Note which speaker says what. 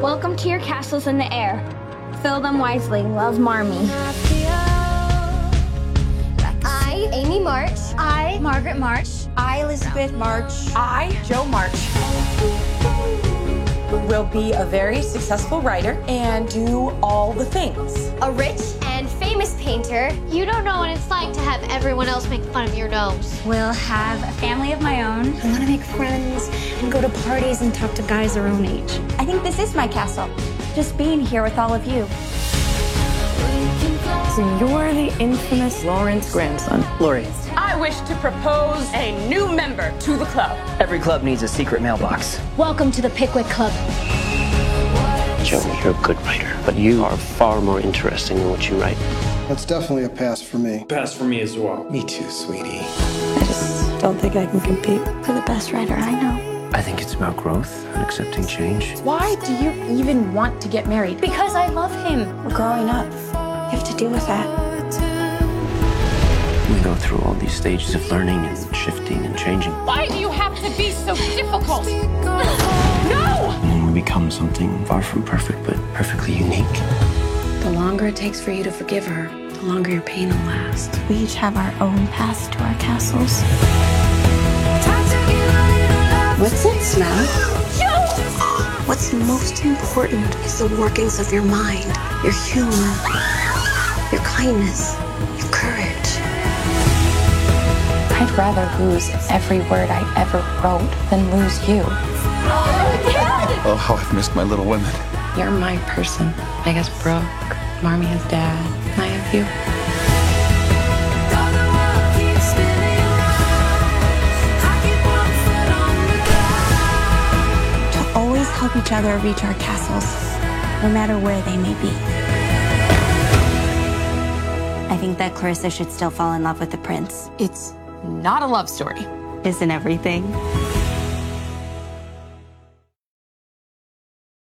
Speaker 1: Welcome to your castles in the air. Fill them wisely. Love Marmy.
Speaker 2: I, Amy March. I, Margaret March. I, Elizabeth March.
Speaker 3: I, Joe March, will be a very successful writer and do all the things.
Speaker 2: A rich and famous painter.
Speaker 4: You don't know what it's like to have everyone else make fun of your nose.
Speaker 1: Will have a family of my own.
Speaker 5: I want to make friends and go to parties and talk to guys their own age.
Speaker 2: I think this is my castle.
Speaker 1: Just being here with all of you.
Speaker 6: So you're the infamous Lawrence grandson, Lori.
Speaker 3: I wish to propose a new member to the club.
Speaker 7: Every club needs a secret mailbox.
Speaker 4: Welcome to the Pickwick Club.
Speaker 8: Joe, you're a good writer, but you are far more interesting in what you write.
Speaker 9: That's definitely a pass for me.
Speaker 10: Pass for me as well.
Speaker 11: Me too, sweetie.
Speaker 12: I just don't think I can compete for the best writer I know.
Speaker 8: I think it's about growth and accepting change.
Speaker 3: Why do you even want to get married?
Speaker 4: Because I love him.
Speaker 12: We're growing up. You have to deal with that.
Speaker 8: We go through all these stages of learning and shifting and changing.
Speaker 3: Why do you have to be so difficult?
Speaker 8: no! we become something far from perfect, but perfectly unique.
Speaker 12: The longer it takes for you to forgive her, the longer your pain will last.
Speaker 5: We each have our own paths to our castles.
Speaker 12: What's that smell?
Speaker 3: Joe!
Speaker 5: What's most important is the workings of your mind, your humor, your kindness, your courage.
Speaker 6: I'd rather lose every word I ever wrote than lose you.
Speaker 13: Oh, how I've missed my little women.
Speaker 12: You're my person. I guess Brooke, Marmy has dad, and I have you.
Speaker 5: To always help each other reach our castles, no matter where they may be.
Speaker 14: I think that Clarissa should still fall in love with the prince.
Speaker 3: It's not a love story.
Speaker 14: Isn't everything?